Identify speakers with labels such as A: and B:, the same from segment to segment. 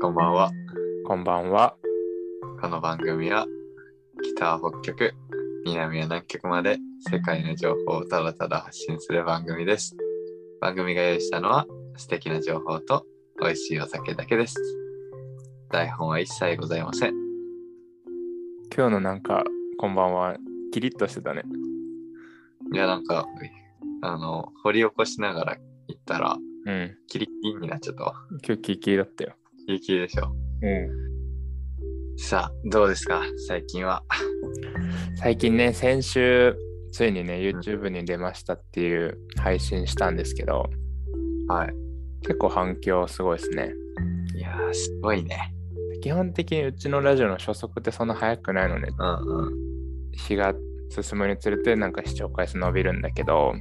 A: こんばんは。
B: こんばんは。
A: この番組は北は北極、南は南極まで世界の情報をただただ発信する番組です。番組が用意したのは素敵な情報と美味しいお酒だけです。台本は一切ございません。
B: 今日のなんか、こんばんは。キリッとしてたね。
A: いや、なんか、あの、掘り起こしながら行ったら、
B: うん。
A: キリキリになっちゃったわ。
B: 今日キリキリだったよ。
A: キリキリでしょ。
B: う
A: さあ、どうですか最近は。
B: ん。最近ね、先週、ついにね、YouTube に出ましたっていう配信したんですけど、
A: はい。
B: 結構反響すごいですね。
A: いやー、すごいね。
B: 基本的にうちのラジオの初速ってそんな早くないのね。
A: うんうん。
B: 日が進むにつれてなんか視聴回数伸びるんだけど、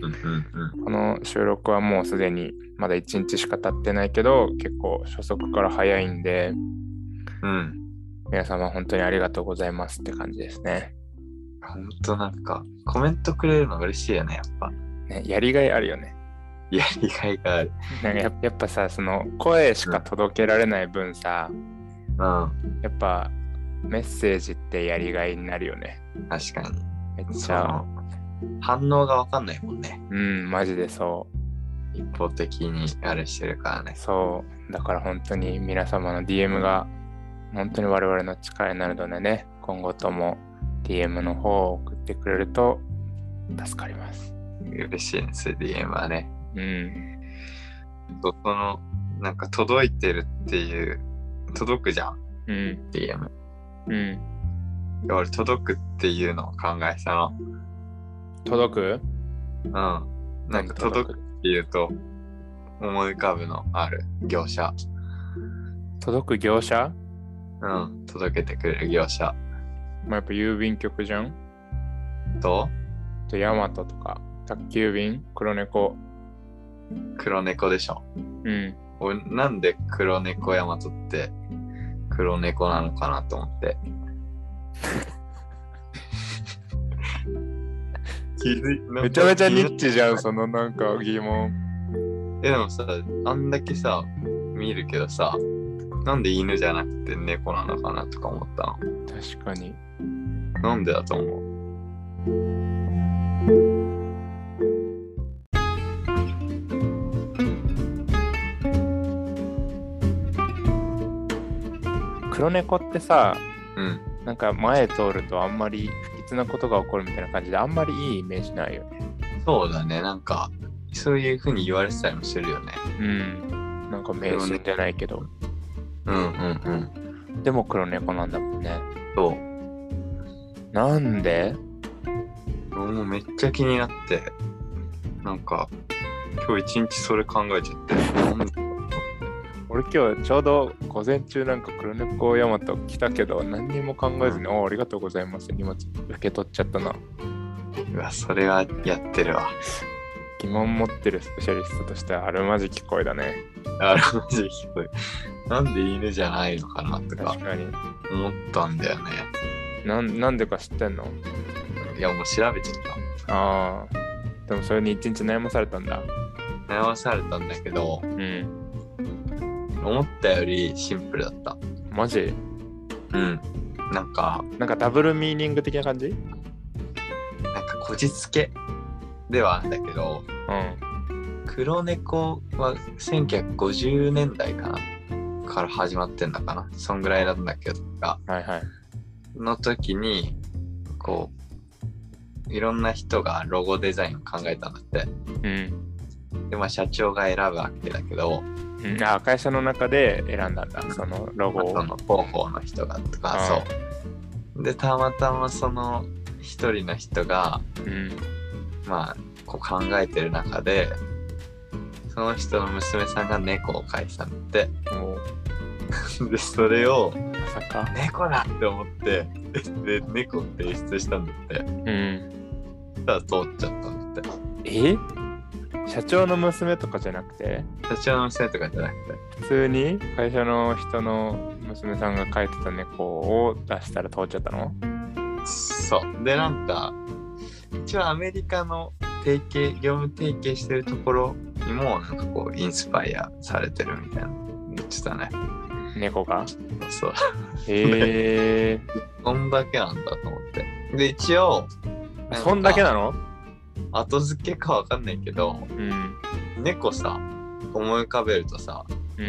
A: うんうん
B: この収録はもうすでにまだ1日しか経ってないけど、結構初速から早いんで、
A: うん。うん。
B: 皆様本当にありがとうございますって感じですね。
A: ほんとなんか、コメントくれるの嬉しいよね、やっぱ。
B: ね、やりがいあるよね。
A: やりがいがある。
B: なんかややっぱさ、その声しか届けられない分さ、やっぱメッセージってやりがいになるよね。
A: うん、確かに。
B: めっち
A: そ
B: ゃ、
A: の反応がわかんないもんね。
B: うん、マジでそ
A: 一方的にあれしてるからね
B: う。。そう。だから本当に皆様の DM が本当に我々の力になるのでね、今後とも DM の方を送ってくれると助かります。
A: 嬉しいね、DM はね。
B: うん、
A: そうこの、なんか届いてるっていう、届くじゃん、
B: うん、
A: DM。
B: うん。
A: 俺、届くっていうのを考えてたの。
B: 届く
A: うん。なんか届く
B: く
A: っていうと、思い浮かぶのある業者。
B: 届く業者
A: うん。届けてくれる業者
B: まあ、やっぱ郵便局じゃん
A: と、
B: あとヤマトとか宅急便黒猫
A: 黒猫でしょ。
B: うん
A: 俺なんで黒猫ヤマトって黒猫なのかなと思 って気づい
B: めちゃめちゃニ
A: に
B: ッチじゃんそのなんか疑問
A: でもさあんだけさ見るけどさなんで犬じゃなくて猫なのかなとか思ったの
B: 確かに
A: なんでだと思う
B: 黒猫ってさ
A: うん
B: なんか前通るとあんまり不吉なことが起こるみたいな感じであんまりいいイメージないよね
A: そうだねなんかそういう風に言われてたりもするよね
B: うんなんか迷信じゃないけど
A: うんうんうん
B: でも黒猫なんだもんね
A: そう
B: なんで
A: 俺もうめっちゃ気になってなんか今日一日それ考えちゃってなんで
B: 俺今日ちょうど午前中なんか黒猫ヤマト来たけど何にも考えずに、おありがとうございます荷物受け取っちゃったな
A: うわ、それはやってるわ。
B: 疑問持ってるスペシャリストとしてはあるまじき声だね。
A: あれマジでひどい。なんで犬じゃないのかなとか
B: 確かに。
A: 思ったんだよね。
B: なんなんでか知ってんの
A: いや、もう調べちゃっ
B: ああ。でもそれに一日悩まされたんだ。
A: た。悩まされたんだけど、
B: うん。
A: 思ったよりシンプルだった。
B: マジ
A: うん。なんか、
B: なんかダブルミーニング的な感じうん。
A: なんかこじつけではあるんだけど、黒猫は1950年代かなから始まってんだかな。そんぐらいなんだけど、
B: はいはい。
A: の時に、こう、いろんな人がロゴデザインを考えたんだって。
B: うん。
A: で、まあ、社長が選ぶわけだけど、
B: うん、あー会社の中で選んだんだ、そのロゴ
A: まあその
B: を。
A: 広報の人がとか、
B: は
A: そう。で、たまたまその一人の人が、
B: うん。
A: まあ、こう考えてる中で、その人の娘さんが猫を飼いさんって、
B: もう、
A: で、それを、
B: まさか。
A: 猫だって思って、で、猫を提出したんだって、
B: うん。
A: そしたら通っちゃったんだって。
B: え社長の娘とかじゃなくて
A: 社長の娘とかじゃなくて、
B: 普通に会社の人の娘さんが飼いてた猫を出したら通っちゃったの
A: そう。で、なんか、一応アメリカの提携、業務提携してるところにも、なんかこう、インスパイアされてるみたいなの言ってたね。
B: 猫 が。
A: そう。
B: え
A: そんだけなんだと思って。で、一応、
B: ー、 そんだけなの
A: 後付けかわかんないけど、
B: うん。
A: 猫さ、思い浮かべるとさ、
B: うん。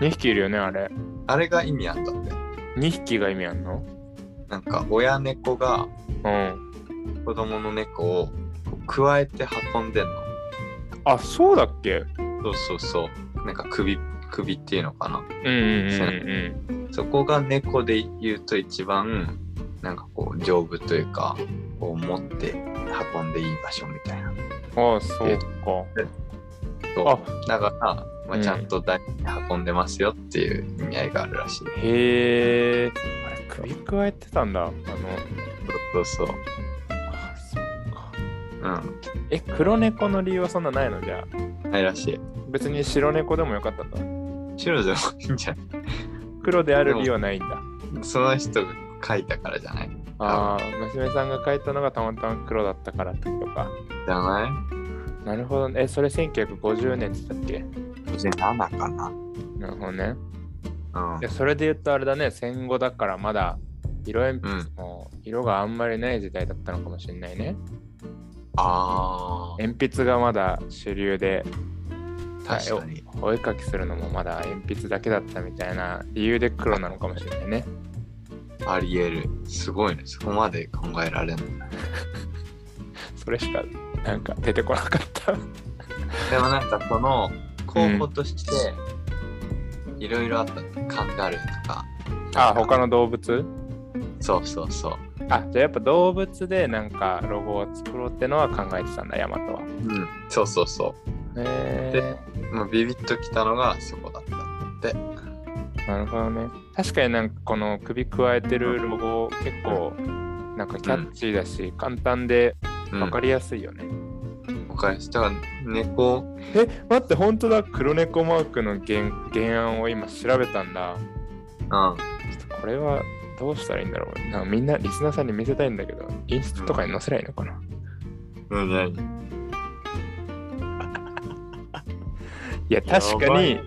B: 2匹いるよね、あれ。
A: あれが意味あんだって。
B: 2匹が意味あんの
A: なんか、親猫が
B: うん。
A: 子供の猫をこうくわえて運んでんの。
B: あ、そうだっけ
A: そうそうそう。なんか首、首っていうのかな。
B: うんうんうん
A: そこが猫で言うと一番、なんかこう、丈夫というか、こう持って運んでいい場所みたいな。
B: うん。あ、そう
A: そう
B: か。あ、
A: だから、ま
B: う
A: あ、
B: ん
A: ちゃんと台に運んでますよっていう意味合いがあるらしい。
B: へえ。あれ、首くわえてたんだ。あの、
A: そうそうそう。
B: あそうか。
A: う
B: え、黒猫の理由はそんなないのじゃあ。
A: ん。ないらしい。
B: 別に白猫でもよかったんだ。
A: 白でもいいんじゃな
B: 黒である理由はないんだ。
A: いその人が書いたからじゃない
B: ああ、娘さんが描いたのがたまたま黒だったからってことか。
A: じゃない
B: なるほどね。え、それ1950年って言ったっけ
A: 57かな。
B: なるほどね。
A: うん
B: いや、。それで言うとあれだね、戦後だからまだ色鉛筆も色があんまりない時代だったのかもしれないね。
A: あ
B: 鉛筆がまだ主流で、
A: あ、確かに。
B: お絵描きするのもまだ鉛筆だけだったみたいな理由で黒なのかもしれないね。
A: ありえる。すごいね。そこまで考えられない。
B: それしかなんか出てこなかった。
A: でもなんかその候補としていろいろあったカンガルーとか。
B: あ、他
A: の。
B: の動物
A: そうそうそう。
B: あ、じゃあやっぱ動物でなんかロゴを作ろうってのは考えてたんだ、ヤマトは。
A: うん。そうそうそ
B: へ
A: う。もうビビッときたのがそこだった。
B: え、なるほどね。確かになんかこの首くわえてるロゴ結構なんかキャッチーだし、簡単で
A: うん、
B: わか
A: り
B: りやすいよね。
A: わかりました。だから猫、
B: え、待って、本当だ、黒猫マークの原原案を今調べたんだ。
A: うん。
B: ちょっとこれはどうしたらいいんだろう。なんかみんなリスナーさんに見せたいんだけど、インスタとかに載せないいのかな。
A: うん、何
B: いや、確かに
A: や、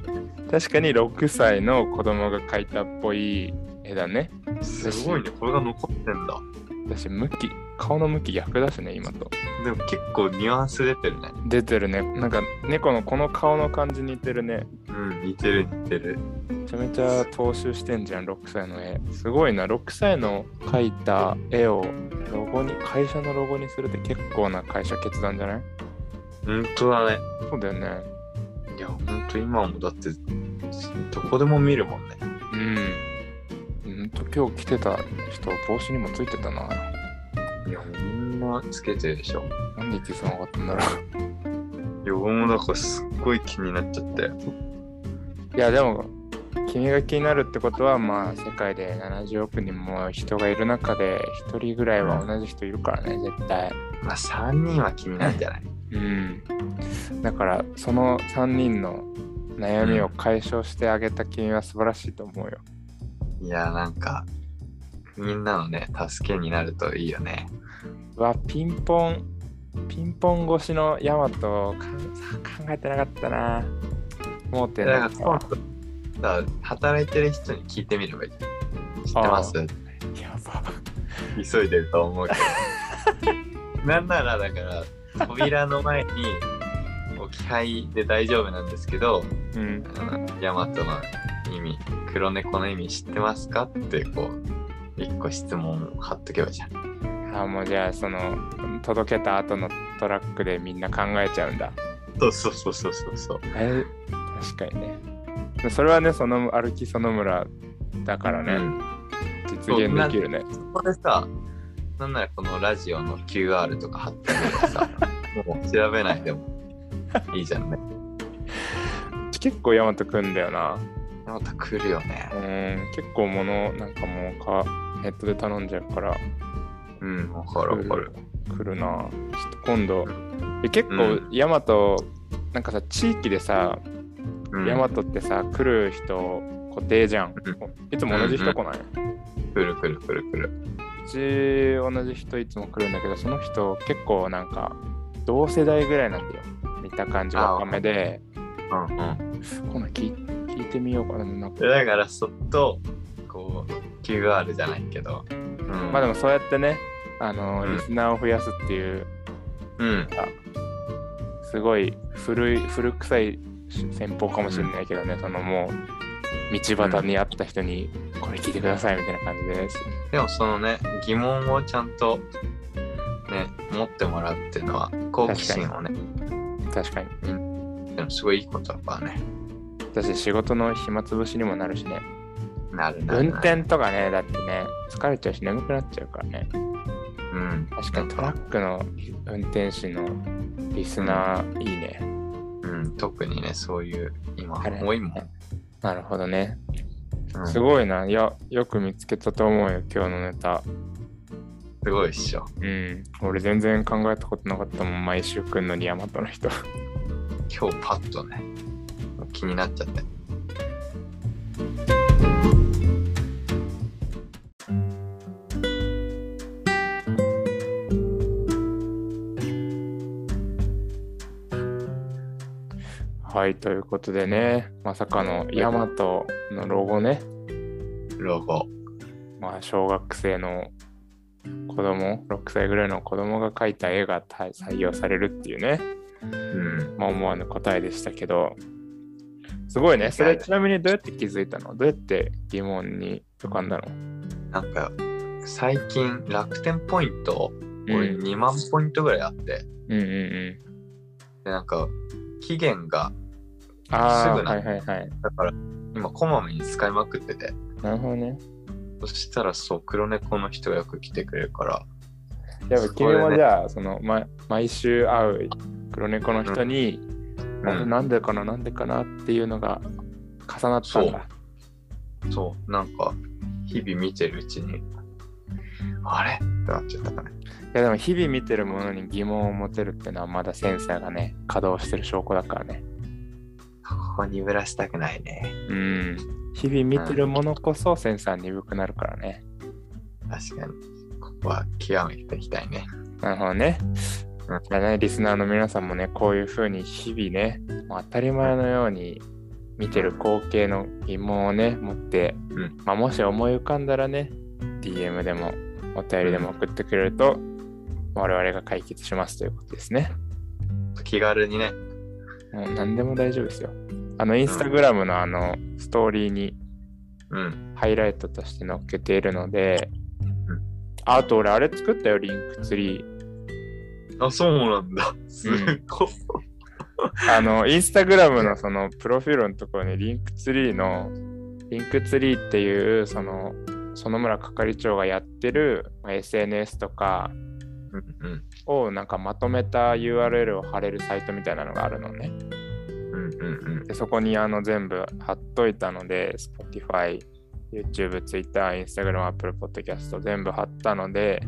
B: 確かに6歳の子供が描いたっぽい絵だね。
A: すごいね。これが残ってんだ。
B: 私、向き、顔の向き逆だしね、今と。
A: でも結構ニュアンス出てるね。
B: 出てるね。なんか猫のこの顔の感じ似てるね。
A: うん、似てる似てる。
B: めちゃめちゃ踏襲してんじゃん、6歳の絵。すごいな、6歳の描いた絵をロゴに、会社のロゴにするって結構な会社決断じゃない
A: ほんとだね。
B: そうだよね。
A: いや、ほんと今もだって、どこでも見るもんね。
B: うん。うんと今日来てた人、帽子にもついてたな。
A: いや、みんなつけてるでしょ。
B: なんで気づかなかったんだろう。
A: いや、僕もだからすっごい気になっちゃって。
B: いや、でも、君が気になるってことは、まあ、世界で70億人も人がいる中で、1人ぐらいは同じ人いるからね、絶対。
A: まあ、3人は気になるんじゃない
B: うん、だからその3人の悩みを解消してあげた君は素晴らしいと思うよ。
A: いや、なんか、みんなのね、助けになるといいよね。
B: うわピンポンピンポン越しのヤマトをか考えてなかったな。盲点だ
A: だ
B: っ
A: か
B: た
A: ら
B: わ、
A: だから働いてる人に聞いてみればいい。知ってます
B: やば。
A: 急いでると思うけど。 なんなら、だから、扉の前に、置き配で大丈夫なんですけど、
B: うん。
A: あのヤマトの意味、黒猫の意味知ってますかって、こう、一個質問を貼っとけばいいじゃん。
B: あもうじゃあその届けた後のトラックでみんな考えちゃうんだ。
A: そうそうそうそうそうそう。
B: え確かにね。それはねその歩きその村だからね、実現できるね。
A: そこでさ、なんならこのラジオの QR とか貼ってみればさ、もう調べないでもいいじゃんね。
B: 結構ヤマトくんだよな。
A: また来るよね
B: う。ん結構物なんかもうかネットで頼んじゃうから
A: うん、わかるわかる。
B: 来るなちょっと今度
A: う
B: え結構
A: う
B: ヤマトなんかさ地域でさ
A: うん、
B: ヤマトってさ来る人固定じゃんいつも同じ人来ない、う
A: 来る来る来る来る。
B: ち同じ人いつも来るんだけどその人結構なんか同世代ぐらいなんだよ見た感じ
A: あ
B: 若めで
A: うんうん。
B: こんなん聞い聞いててみようかな。なんか
A: でだからそっとこう QR じゃないけど、うん、
B: まあでもそうやってね、あの
A: うん
B: リスナーを増やすっていう、
A: うん
B: すごい古い、古臭い戦法かもしれないけどね、そのもう、道端にあった人に、これ聞いてくださいみたいな感じです。
A: でもそのね疑問をちゃんとね持ってもらうっていうのは好奇心をね
B: 確かに。
A: でもすごいいいことだからね
B: だし仕事の暇つぶしにもなるしね。
A: なるなる
B: 運
A: なる
B: 転とかね、だってね、疲れちゃうし眠くなっちゃうからね。
A: うん
B: 確かにトラックの運転手のリスナー、いいね。
A: うん、特にね、そういう、今、
B: あれ
A: 多いもん。
B: なるほどね。
A: うん
B: すごいな。いや、よく見つけたと思うよ、今日のネタ。
A: すごいっしょ。
B: うん。俺全然考えたことなかったもん、毎週くんのにヤマトの人。
A: 今日パッとね、気になっちゃって。
B: はい、ということでね、まさかのヤマトのロゴね。
A: ロゴ。
B: まあ、小学生の子供、6歳ぐらいの子供が描いた絵がた採用されるっていうね。
A: うん。
B: まあ、思わぬ答えでしたけど、すごいね。それちなみにどうやって気づいたのどうやって疑問に浮かんだの
A: なんか、最近、楽天ポイント、
B: うん
A: 俺2万ポイントぐらいあって、
B: うんうんう
A: で、なんか、期限が、
B: ん。ああ、
A: すぐな
B: はいはいはい。
A: だから、今、こまめに使いまくってて、
B: なるほどね。
A: そしたら、そう、黒猫の人がよく来てくれるから、
B: やっ
A: そ
B: ぱ
A: こ
B: 君
A: でね
B: もじゃあ、その、ま、毎週会う黒猫の人に、
A: うん
B: あなんでかな、なんでかなっていうのが重なったんだ。
A: そう、なんか、日々見てるうちに、あれってなっちゃったかね。
B: いやでも日々見てるものに疑問を持てるってのはまだセンサーがね、稼働してる証拠だからね。
A: ここにぶらしたくないね。
B: うん。日々見てるものこそセンサー鈍くなるからね。
A: 確かに。ここは極めていきたいね。
B: なるほどね
A: うん。
B: じゃあね、リスナーの皆さんもね、こういうふうに日々ね、もう当たり前のように見てる光景の疑問をね、持って、
A: ん
B: まあ、もし思い浮かんだらね、DM でもお便りでも送ってくれると、我々が解決しますということですね。
A: 気軽にね。
B: もう何でも大丈夫ですよ。あの、インスタグラムのあの、ストーリーに
A: うん。
B: ハイライトとして載っけているので
A: うん、
B: ああと俺あれ作ったよ、リンクツリー。
A: あ、そうなんだ。す ごい。
B: あの、インスタグラムのそのプロフィールのところにリンクツリーの、リンクツリーっていう、その、園村係長がやってるまあ SNS とか
A: うん
B: をなんかまとめた URL を貼れるサイトみたいなのがあるのね。
A: うんうんうん
B: で、そこにあの全部貼っといたので、Spotify、YouTube、Twitter、Instagram、Apple Podcast 全部貼ったので、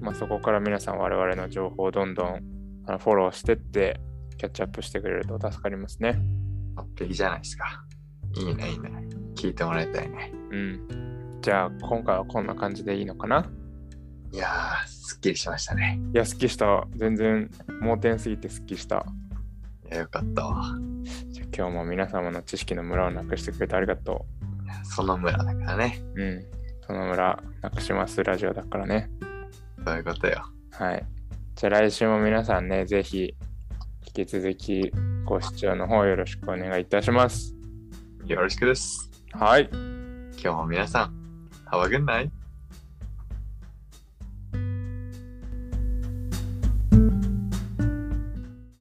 B: まあ、そこから皆さん我々の情報をどんどんあのフォローしてって、キャッチアップしてくれると助かりますね。
A: 完璧じゃないですか。いいね、いいね。聞いてもらいたいね。
B: うん。じゃあ、今回はこんな感じでいいのかない
A: やー、すっきりしましたね。
B: いや、すっきりした。全然、盲点すぎてすっきりした。
A: いや、よかったわ。
B: じゃあ、今日も皆様の知識のムラをなくしてくれてありがと
A: その村だからね。
B: う。うん。その村、なくしますラジオだからね。
A: そういうことよ。
B: はい。じゃあ、来週も皆さんね、ぜひ、引き続き、ご視聴の方よろしくお願いいたします。
A: よろしくです。
B: はい。
A: 今日も皆さん、Have a good night!